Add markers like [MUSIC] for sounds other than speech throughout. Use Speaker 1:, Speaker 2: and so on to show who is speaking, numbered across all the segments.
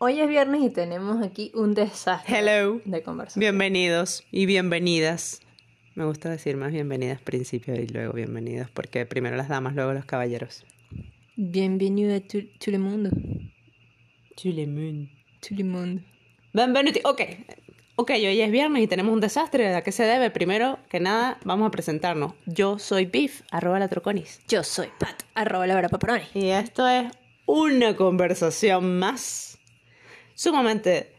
Speaker 1: Hoy es viernes y tenemos aquí un desastre
Speaker 2: Hello.
Speaker 1: de conversación.
Speaker 2: Bienvenidos y bienvenidas. Me gusta decir más bienvenidas principio y luego bienvenidos, porque primero las damas, luego los caballeros.
Speaker 1: Bienvenido a tu- todo el mundo. Todo el mundo.
Speaker 2: Bienvenuti. Ok. Ok, hoy es viernes y tenemos un desastre. ¿A qué se debe? Primero que nada, vamos a presentarnos. Yo soy Biff, arroba la troconis.
Speaker 1: Yo soy Pat, arroba la vera paparone.
Speaker 2: Y esto es una conversación más sumamente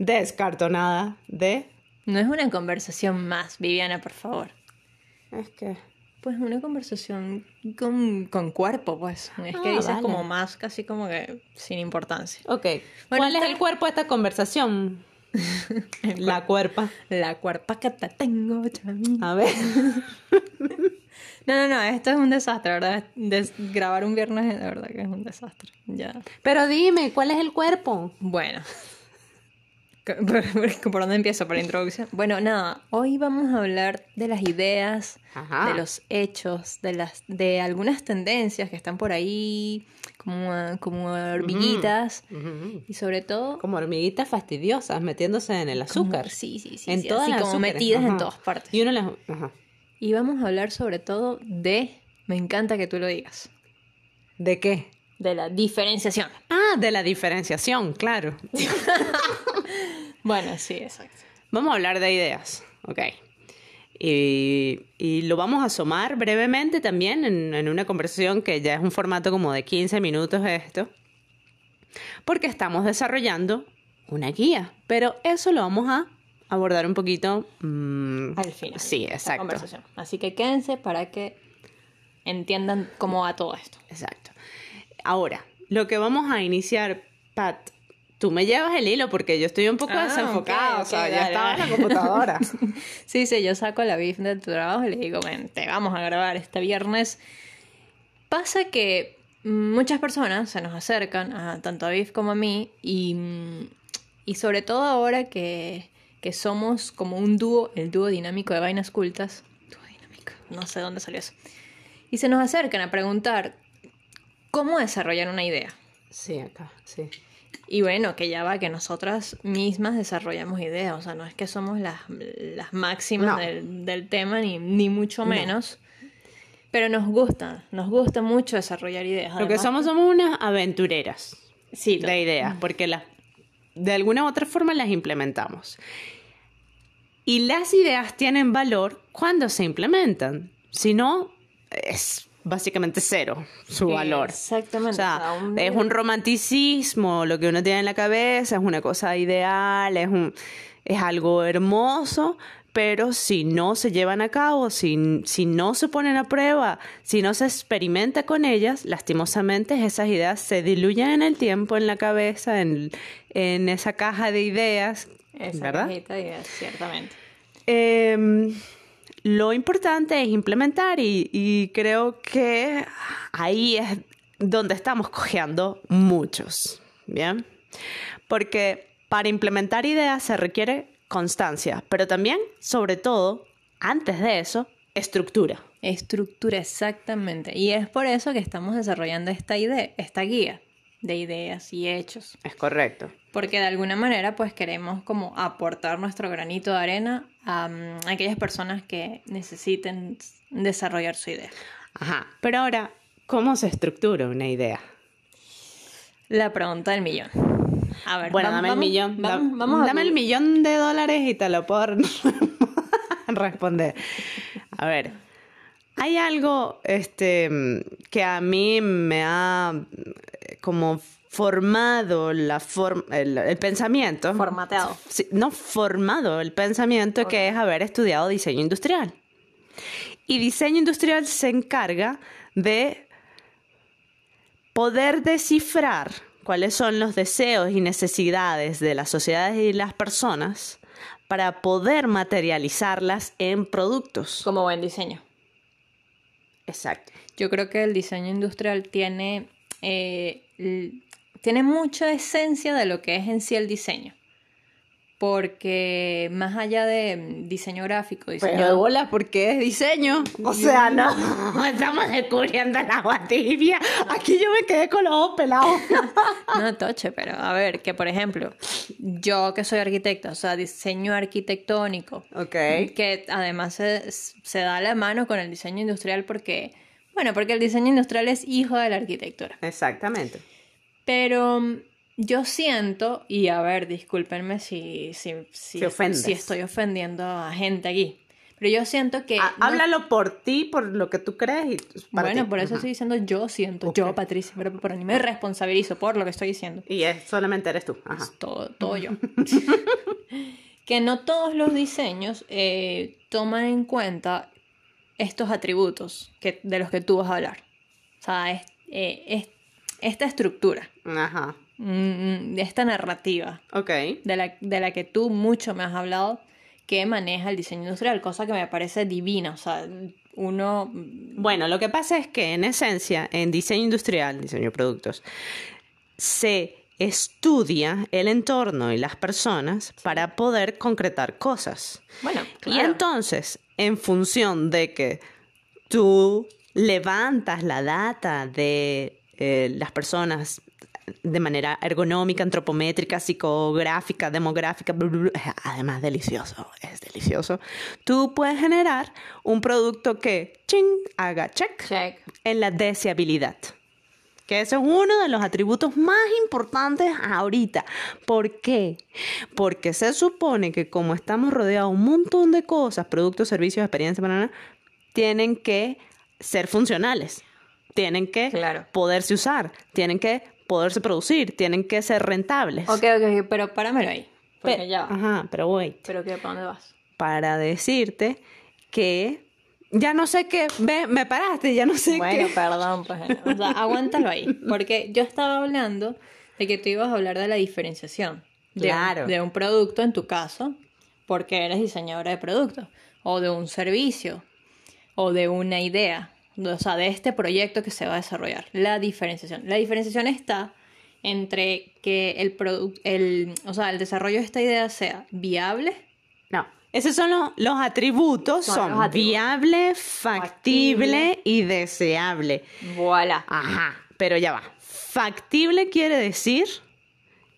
Speaker 2: descartonada de...
Speaker 1: No es una conversación más, Viviana, por favor.
Speaker 2: Es que...
Speaker 1: Pues una conversación con, con cuerpo, pues. Es que
Speaker 2: Ah,
Speaker 1: dices
Speaker 2: vale.
Speaker 1: como más, casi como que sin importancia.
Speaker 2: Ok.
Speaker 1: Bueno,
Speaker 2: ¿Cuál es
Speaker 1: esta-
Speaker 2: el cuerpo de esta conversación? La cuerpa.
Speaker 1: La cuerpa que te tengo, chamín.
Speaker 2: A ver.
Speaker 1: Ah.
Speaker 2: [LAUGHS]
Speaker 1: No, no, no, esto es un desastre, ¿verdad? Des- grabar un viernes, de verdad que es un desastre. Ya.
Speaker 2: Pero dime, ¿cuál es el cuerpo?
Speaker 1: Bueno. [LAUGHS] ¿Por por dónde empiezo? ¿Por la introducción? Bueno, nada, hoy vamos a hablar de las ideas,
Speaker 2: Ajá.
Speaker 1: de los hechos, de, las, de algunas tendencias que están por ahí, como, ah, como hormiguitas, y sobre todo...
Speaker 2: Como hormiguitas fastidiosas metiéndose en el azúcar.
Speaker 1: como- Sí, sí, sí.
Speaker 2: en
Speaker 1: sí,
Speaker 2: todas
Speaker 1: así
Speaker 2: las
Speaker 1: como
Speaker 2: azúcares.
Speaker 1: metidas en
Speaker 2: Ajá.
Speaker 1: todas partes.
Speaker 2: Y uno las... Ajá.
Speaker 1: Y vamos a hablar sobre todo de, me encanta que tú lo digas,
Speaker 2: ¿De qué?
Speaker 1: de la diferenciación.
Speaker 2: Ah, de la diferenciación, claro.
Speaker 1: Bueno, sí, exacto.
Speaker 2: Vamos a hablar de ideas, ok. Y, y lo vamos a asomar brevemente también en, en una conversación que ya es un formato como de 15 minutos esto, porque estamos desarrollando una guía, pero eso lo vamos a abordar un poquito mm,
Speaker 1: al final.
Speaker 2: Sí,
Speaker 1: de esta
Speaker 2: exacto.
Speaker 1: conversación. Así que quédense para que entiendan cómo va todo esto.
Speaker 2: Exacto. Ahora, lo que vamos a iniciar, Pat, tú me llevas el hilo porque yo estoy un poco
Speaker 1: Ah,
Speaker 2: desenfocada,
Speaker 1: ok,
Speaker 2: o sea,
Speaker 1: ok,
Speaker 2: ya
Speaker 1: dale,
Speaker 2: estaba
Speaker 1: dale.
Speaker 2: en
Speaker 1: [LAUGHS]
Speaker 2: la computadora.
Speaker 1: Sí, sí, yo saco la BIF del trabajo y le digo, ven, te vamos a grabar este viernes. Pasa que muchas personas se nos acercan, a, tanto a BIF como a mí, y, mm, y sobre todo ahora que, que somos como un dúo, el dúo dinámico de vainas cultas. Dúo dinámico, no sé dónde salió eso. Y se nos acercan a preguntar cómo desarrollar una idea.
Speaker 2: sí, acá, sí.
Speaker 1: Y bueno, que ya va, que nosotras mismas desarrollamos ideas, o sea, no es que somos las, las máximas
Speaker 2: No.
Speaker 1: del, del tema, ni, ni mucho
Speaker 2: No.
Speaker 1: menos, pero nos gusta, nos gusta mucho desarrollar ideas.
Speaker 2: Lo que
Speaker 1: además-
Speaker 2: somos somos unas aventureras
Speaker 1: sí,
Speaker 2: de ideas, porque las, de alguna u otra forma las implementamos. Y las ideas tienen valor cuando se implementan, si no, es básicamente cero su valor.
Speaker 1: Exactamente.
Speaker 2: O sea,
Speaker 1: o sea, un-
Speaker 2: es un romanticismo, lo que uno tiene en la cabeza es una cosa ideal, es, un, es algo hermoso, pero si no se llevan a cabo, si, si no se ponen a prueba, si no se experimenta con ellas, lastimosamente esas ideas se diluyen en el tiempo, en la cabeza, en, en esa caja de ideas,
Speaker 1: Esa
Speaker 2: ¿verdad?
Speaker 1: cajita de ideas, ciertamente.
Speaker 2: Em, lo importante es implementar y, y creo que ahí es donde estamos cojeando muchos, ¿bien? Porque para implementar ideas se requiere constancia, pero también, sobre todo, antes de eso, estructura.
Speaker 1: Estructura, exactamente. Y es por eso que estamos desarrollando esta idea, esta guía de ideas y hechos.
Speaker 2: Es correcto.
Speaker 1: Porque de alguna manera pues queremos como aportar nuestro granito de arena a mm, aquellas personas que necesiten s- desarrollar su idea.
Speaker 2: Ajá. Pero ahora, ¿cómo se estructura una idea?
Speaker 1: La pregunta del millón. A ver,
Speaker 2: Bueno,
Speaker 1: vamos-
Speaker 2: dame el
Speaker 1: vamos-
Speaker 2: millón. da-
Speaker 1: Vamos, vamos a-
Speaker 2: dame el millón de dólares y te lo puedo [LAUGHS] responder. A ver, hay algo este, que a mí me ha eh, como formado la form- el, el pensamiento.
Speaker 1: Formateado.
Speaker 2: Sí, no, formado el pensamiento que es haber estudiado diseño industrial. Y diseño industrial se encarga de poder descifrar cuáles son los deseos y necesidades de las sociedades y las personas para poder materializarlas en productos.
Speaker 1: Como buen diseño.
Speaker 2: Exacto.
Speaker 1: Yo creo que el diseño industrial tiene, eh, l- tiene mucha esencia de lo que es en sí el diseño. porque más allá de mm, diseño gráfico, diseño...
Speaker 2: Pero hola, ¿por qué es diseño? O sea, no, [LAUGHS] estamos descubriendo la guatibia. Aquí yo me quedé con los ojos pelados.
Speaker 1: No, toche, pero a ver, que por ejemplo, yo que soy arquitecta, o sea, diseño arquitectónico,
Speaker 2: [LAUGHS] ok.
Speaker 1: que además se, se da la mano con el diseño industrial porque, bueno, porque el diseño industrial es hijo de la arquitectura.
Speaker 2: Exactamente.
Speaker 1: Pero mm, yo siento, y a ver, discúlpenme si, si, si,
Speaker 2: Si ofendes.
Speaker 1: si estoy ofendiendo a gente aquí, pero yo siento que...
Speaker 2: Ah,
Speaker 1: Eh, no-
Speaker 2: Háblalo por ti, por lo que tú crees y t- para
Speaker 1: bueno,
Speaker 2: ti.
Speaker 1: por eso estoy diciendo yo siento, yo,
Speaker 2: Ok.
Speaker 1: Patricia, pero por mí me responsabilizo por lo que estoy diciendo.
Speaker 2: Y es, solamente eres tú. Ajá.
Speaker 1: Es todo, todo yo. [LAUGHS] que no todos los diseños eh, toman en cuenta estos atributos que, de los que tú vas a hablar. O sea, es- eh, es- esta estructura,
Speaker 2: Ajá.
Speaker 1: mm, esta narrativa
Speaker 2: Ok.
Speaker 1: de la, de la que tú mucho me has hablado, que maneja el diseño industrial, cosa que me parece divina. O sea, uno... mm,
Speaker 2: Bueno, lo que pasa es que en esencia, en diseño industrial, diseño de productos, se estudia el entorno y las personas para poder concretar cosas.
Speaker 1: Bueno,
Speaker 2: Y
Speaker 1: claro.
Speaker 2: entonces, en función de que tú levantas la data de eh, las personas de manera ergonómica, antropométrica, psicográfica, demográfica, blu, blu, blu, además delicioso, es delicioso, tú puedes generar un producto que, ching, haga check
Speaker 1: Check.
Speaker 2: en la deseabilidad. Que eso es uno de los atributos más importantes ahorita. ¿Por qué? Porque se supone que como estamos rodeados de un montón de cosas, productos, servicios, experiencias, bla, bla, bla, tienen que ser funcionales. Tienen que
Speaker 1: Claro.
Speaker 2: poderse usar, tienen que poderse producir, tienen que ser rentables.
Speaker 1: Ok, ok, ok, pero páramelo ahí. Porque
Speaker 2: Pe-
Speaker 1: ya va.
Speaker 2: Ajá, pero wait
Speaker 1: Pero que, ¿para dónde vas?
Speaker 2: para decirte que ya no sé qué, ve, me paraste, ya no sé
Speaker 1: Bueno,
Speaker 2: qué.
Speaker 1: perdón, pues. O sea, aguántalo ahí. Porque yo estaba hablando de que tú ibas a hablar de la diferenciación. De, un-
Speaker 2: Claro.
Speaker 1: de un producto, en tu caso, porque eres diseñadora de productos. O de un servicio. O de una idea. de- O sea, de este proyecto que se va a desarrollar. La diferenciación. La diferenciación está entre que el, produ- el, o sea, el desarrollo de esta idea sea viable.
Speaker 2: No. Esos son los, los atributos,
Speaker 1: Son
Speaker 2: son,
Speaker 1: los atributos.
Speaker 2: viable, factible y deseable.
Speaker 1: Voilà.
Speaker 2: Ajá, pero ya va. Factible quiere decir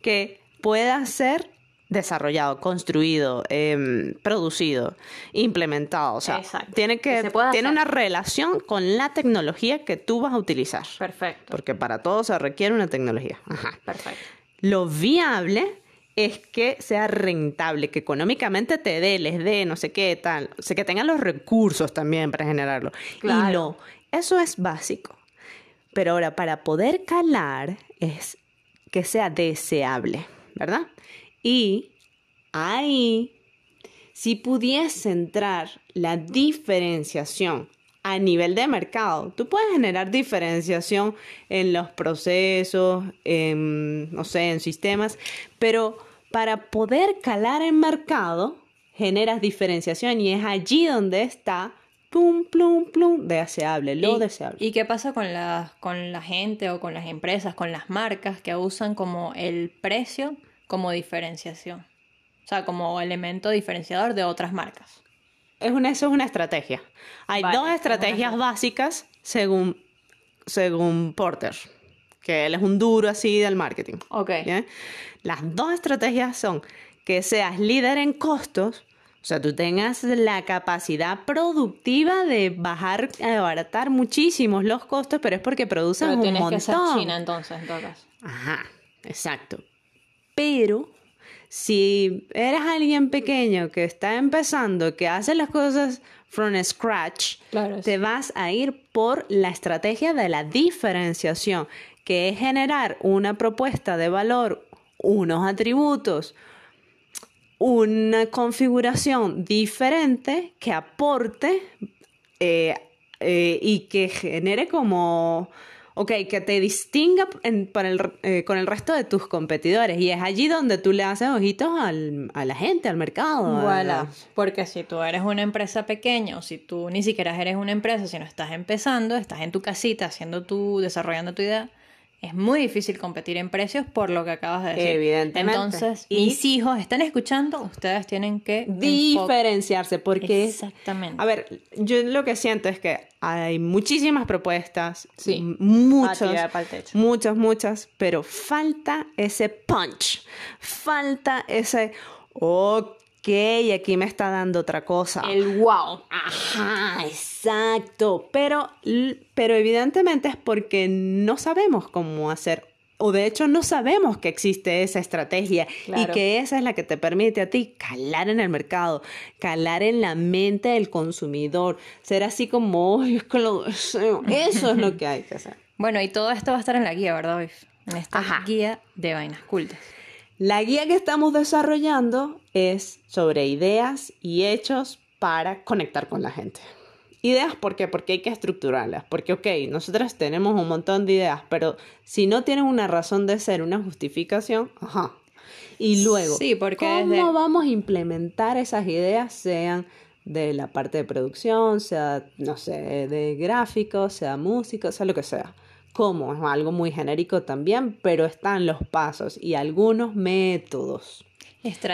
Speaker 2: que pueda ser desarrollado, construido, em, producido, implementado. O sea,
Speaker 1: Exacto.
Speaker 2: tiene, que,
Speaker 1: Que se pueda
Speaker 2: tiene
Speaker 1: hacer.
Speaker 2: una relación con la tecnología que tú vas a utilizar.
Speaker 1: Perfecto.
Speaker 2: Porque para todo se requiere una tecnología. Ajá.
Speaker 1: Perfecto.
Speaker 2: Lo viable es que sea rentable, que económicamente te dé, les dé, no sé qué, tal. O sea, que tengan los recursos también para generarlo.
Speaker 1: Claro.
Speaker 2: Y no, eso es básico. Pero ahora, para poder calar, es que sea deseable, ¿verdad? Y ahí, si pudiese entrar la diferenciación a nivel de mercado, tú puedes generar diferenciación en los procesos, en, no sé, en sistemas, pero para poder calar en mercado, generas diferenciación y es allí donde está plum, plum, plum, deseable, lo
Speaker 1: ¿Y-
Speaker 2: deseable.
Speaker 1: ¿Y qué pasa con la, con la gente o con las empresas, con las marcas que usan como el precio como diferenciación? O sea, como elemento diferenciador de otras marcas.
Speaker 2: Es una, eso es una estrategia. Hay
Speaker 1: Vale,
Speaker 2: dos
Speaker 1: es una
Speaker 2: estrategias
Speaker 1: estrategia.
Speaker 2: básicas según, según Porter, que él es un duro así del marketing.
Speaker 1: Ok.
Speaker 2: ¿ya? Las dos estrategias son que seas líder en costos, o sea, tú tengas la capacidad productiva de bajar, de abaratar muchísimos los costos, pero es porque produces
Speaker 1: Pero
Speaker 2: un
Speaker 1: tienes que ser
Speaker 2: montón.
Speaker 1: China entonces, en todo caso.
Speaker 2: Ajá, exacto. Pero si eres alguien pequeño que está empezando, que hace las cosas from scratch,
Speaker 1: Claro,
Speaker 2: te vas a ir por la estrategia de la diferenciación, que es generar una propuesta de valor, unos atributos, una configuración diferente que aporte eh, eh, y que genere como, ok, que te distinga en- para el- eh, con el resto de tus competidores. Y es allí donde tú le haces ojitos al- a la gente, al mercado. a-
Speaker 1: Voilà. Porque si tú eres una empresa pequeña o si tú ni siquiera eres una empresa, sino estás empezando, estás en tu casita haciendo tu, desarrollando tu idea, es muy difícil competir en precios por lo que acabas de decir.
Speaker 2: Evidentemente.
Speaker 1: Entonces,
Speaker 2: Y-
Speaker 1: mis hijos están escuchando, ustedes tienen que... enfo-
Speaker 2: diferenciarse porque es-
Speaker 1: Exactamente.
Speaker 2: a ver yo lo que siento es que hay muchísimas propuestas
Speaker 1: Sí.
Speaker 2: m- muchas
Speaker 1: A tirar pa'l techo.
Speaker 2: muchas muchas pero falta ese punch falta ese ok aquí me está dando otra cosa
Speaker 1: El wow.
Speaker 2: Ajá, exacto. Pero, pero evidentemente es porque no sabemos cómo hacer. O de hecho no sabemos que existe esa estrategia
Speaker 1: Claro.
Speaker 2: y que esa es la que te permite a ti calar en el mercado, calar en la mente del consumidor, ser así como, "Ay, es que lo deseo". Eso es lo que hay que hacer.
Speaker 1: Bueno, y todo esto va a estar en la guía, ¿verdad, Viv? En esta
Speaker 2: Ajá.
Speaker 1: guía de vainas cultas.
Speaker 2: La guía que estamos desarrollando es sobre ideas y hechos para conectar con la gente. Ideas, ¿por qué? Porque hay que estructurarlas. Porque, ok, nosotras tenemos un montón de ideas, pero si no tienen una razón de ser, una justificación, ajá. Y luego,
Speaker 1: Sí, porque
Speaker 2: ¿cómo
Speaker 1: desde-
Speaker 2: vamos a implementar esas ideas, sean de la parte de producción, sea, no sé, de gráficos, sea música, sea lo que sea? ¿Cómo? Es algo muy genérico también, pero están los pasos y algunos métodos.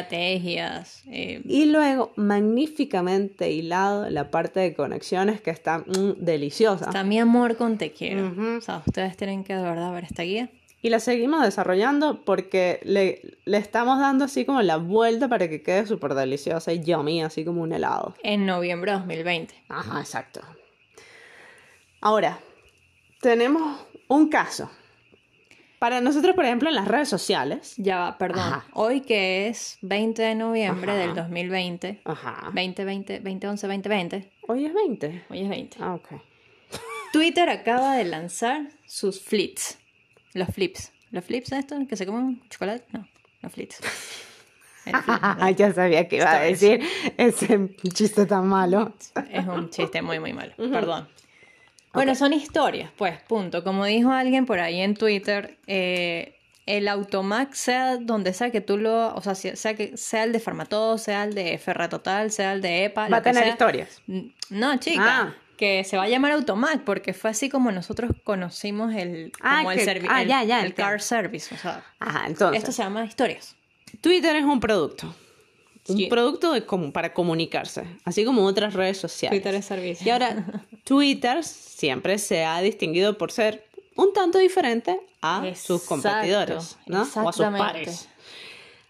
Speaker 1: Estrategias. eh,
Speaker 2: Y luego, magníficamente hilado, la parte de conexiones que está mm, deliciosa.
Speaker 1: Está mi amor con te quiero.
Speaker 2: Ujú.
Speaker 1: O sea, ustedes tienen que de verdad ver esta guía.
Speaker 2: Y la seguimos desarrollando porque le, le estamos dando así como la vuelta para que quede súper deliciosa y yummy, así como un helado.
Speaker 1: En noviembre de 2020.
Speaker 2: Ajá, exacto. Ahora, tenemos un caso. Para nosotros, por ejemplo, en las redes sociales.
Speaker 1: Ya va, perdón.
Speaker 2: Ajá.
Speaker 1: Hoy que es 20 de noviembre
Speaker 2: Ajá.
Speaker 1: del 2020.
Speaker 2: Ajá.
Speaker 1: 2020, 2011, 2020.
Speaker 2: Hoy es 20.
Speaker 1: Hoy es 20.
Speaker 2: Ah, ok.
Speaker 1: Twitter acaba de lanzar sus flits. Los flips. ¿Los flips estos que se comen chocolate? No, los flits. El flip.
Speaker 2: [LAUGHS] Ah, ya sabía que iba a
Speaker 1: Ah. Stories.
Speaker 2: decir ese chiste tan malo.
Speaker 1: Es un chiste muy, muy malo. Perdón. Bueno, son historias, pues, punto. Como dijo alguien por ahí en Twitter, eh, el Automax, sea donde sea que tú lo. O sea, sea, sea que, sea el de Farmatodo, sea el de Ferratotal, sea el de EPA.
Speaker 2: Va
Speaker 1: lo
Speaker 2: a
Speaker 1: que
Speaker 2: tener
Speaker 1: sea.
Speaker 2: historias.
Speaker 1: N- No, chica.
Speaker 2: Ah.
Speaker 1: Que se va a llamar Automac, porque fue así como nosotros conocimos el,
Speaker 2: Ah,
Speaker 1: como el,
Speaker 2: que-
Speaker 1: servi-
Speaker 2: ah,
Speaker 1: el-
Speaker 2: ya, ya,
Speaker 1: el
Speaker 2: entiendo.
Speaker 1: car service. O sea,
Speaker 2: Ajá, entonces.
Speaker 1: esto se llama historias.
Speaker 2: Twitter es un producto. Un
Speaker 1: Sí.
Speaker 2: producto de comu- para comunicarse, así como otras redes sociales.
Speaker 1: Twitter es servicio.
Speaker 2: Y ahora,
Speaker 1: [LAUGHS]
Speaker 2: Twitter siempre se ha distinguido por ser un tanto diferente a sus
Speaker 1: Exacto,
Speaker 2: competidores, ¿no? O a sus
Speaker 1: exactamente.
Speaker 2: pares.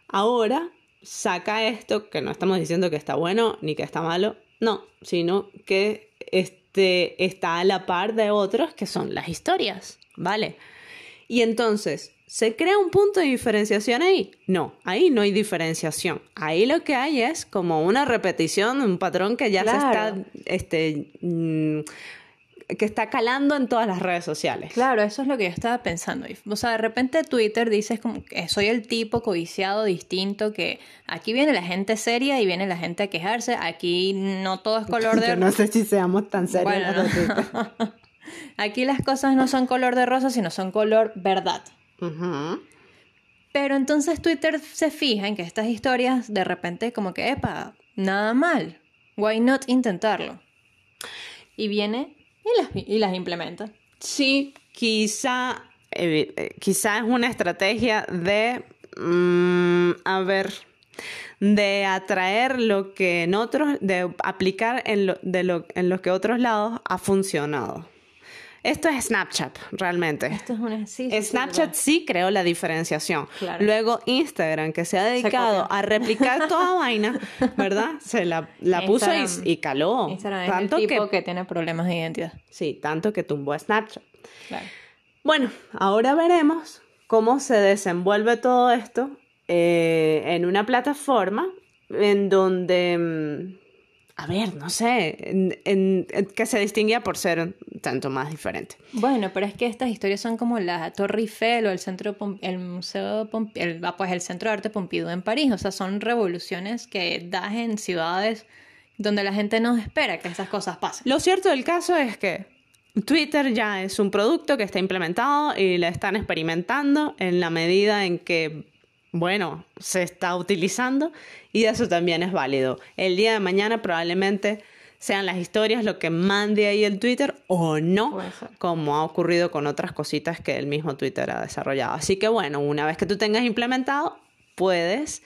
Speaker 2: Ahora, saca esto, que no estamos diciendo que está bueno ni que está malo, no, sino que este, está a la par de otros que son las historias, ¿vale? Y entonces, ¿se crea un punto de diferenciación ahí? No, ahí no hay diferenciación. Ahí lo que hay es como una repetición, un patrón que ya
Speaker 1: Claro.
Speaker 2: se está, este, mm, que está calando en todas las redes sociales.
Speaker 1: Claro, eso es lo que yo estaba pensando. O sea, de repente Twitter dices como que soy el tipo codiciado, distinto, que aquí viene la gente seria y viene la gente a quejarse, aquí no todo es color de
Speaker 2: [LAUGHS] Yo no sé si seamos tan serios.
Speaker 1: Bueno,
Speaker 2: los de
Speaker 1: no.
Speaker 2: Twitter.
Speaker 1: [LAUGHS] Aquí las cosas no son color de rosa, sino son color verdad.
Speaker 2: Ujú.
Speaker 1: Pero entonces Twitter se fija en que estas historias de repente como que, epa, nada mal. Why not intentarlo? Y viene y las, y las implementa.
Speaker 2: Sí, quizá, eh, eh, quizá es una estrategia de, mm, a ver, de atraer lo que en otros, de aplicar en, lo, de lo, en los que otros lados ha funcionado. Esto es Snapchat, realmente.
Speaker 1: Esto es una... sí, sí, sí,
Speaker 2: Snapchat sí creó la diferenciación.
Speaker 1: Claro.
Speaker 2: Luego Instagram, que se ha dedicado
Speaker 1: copió.
Speaker 2: a replicar
Speaker 1: [LAUGHS]
Speaker 2: toda vaina, ¿verdad? Se la, la puso y-
Speaker 1: Instagram-
Speaker 2: y, caló.
Speaker 1: Instagram es
Speaker 2: tanto
Speaker 1: el tipo
Speaker 2: que,
Speaker 1: que... tiene problemas de identidad.
Speaker 2: Sí, tanto que tumbó a Snapchat.
Speaker 1: Claro.
Speaker 2: Bueno, ahora veremos cómo se desenvuelve todo esto eh, en una plataforma en donde, mm, a ver, no sé, en- en- en- que se distinguía por ser un tanto más diferente.
Speaker 1: Bueno, pero es que estas historias son como la Torre Eiffel o el centro Pom- el museo Pom- el, ah, pues el centro de arte Pompidou en París, o sea, son revoluciones que das en ciudades donde la gente no espera que estas cosas pasen.
Speaker 2: Lo cierto del caso es que Twitter ya es un producto que está implementado y la están experimentando en la medida en que, bueno, se está utilizando y eso también es válido. El día de mañana probablemente sean las historias lo que mande ahí el Twitter o no,
Speaker 1: Puede ser.
Speaker 2: como ha ocurrido con otras cositas que el mismo Twitter ha desarrollado. Así que bueno, una vez que tú tengas implementado, puedes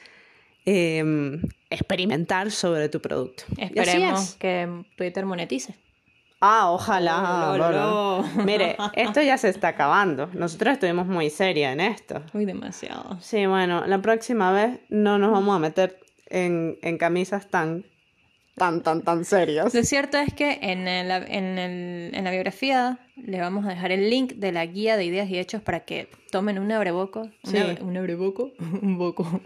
Speaker 2: em, experimentar sobre tu producto. Y así
Speaker 1: Esperemos
Speaker 2: es.
Speaker 1: que Twitter monetice.
Speaker 2: Ah, ojalá.
Speaker 1: Oh, lo, lo.
Speaker 2: ¿verdad? Mire, esto ya se está acabando. Nosotros estuvimos muy seria en esto.
Speaker 1: Uy, demasiado.
Speaker 2: Sí, bueno, la próxima vez no nos vamos a meter en, en camisas tan, tan, tan, tan serias.
Speaker 1: Lo cierto es que en, el- en el- en la biografía le vamos a dejar el link de la guía de ideas y hechos para que tomen un abreboco,
Speaker 2: Sí.
Speaker 1: una- un abreboco, [LAUGHS] un boco,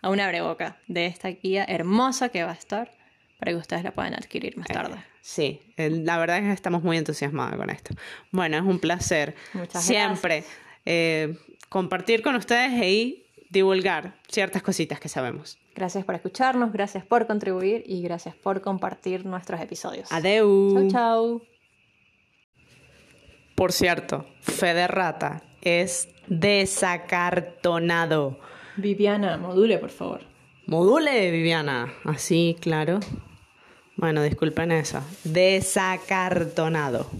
Speaker 1: a una abreboca de esta guía hermosa que va a estar para que ustedes la puedan adquirir más tarde.
Speaker 2: Sí, eh, la verdad es que estamos muy entusiasmados con esto. Bueno, es un placer
Speaker 1: Muchas
Speaker 2: siempre eh, compartir con ustedes y divulgar ciertas cositas que sabemos.
Speaker 1: Gracias por escucharnos, gracias por contribuir y gracias por compartir nuestros episodios.
Speaker 2: Adeu.
Speaker 1: Chau, chau.
Speaker 2: Por cierto, Fede Rata es desacartonado.
Speaker 1: Viviana, module, por favor.
Speaker 2: Module, Viviana. Así, claro. Bueno, disculpen eso. Desacartonado.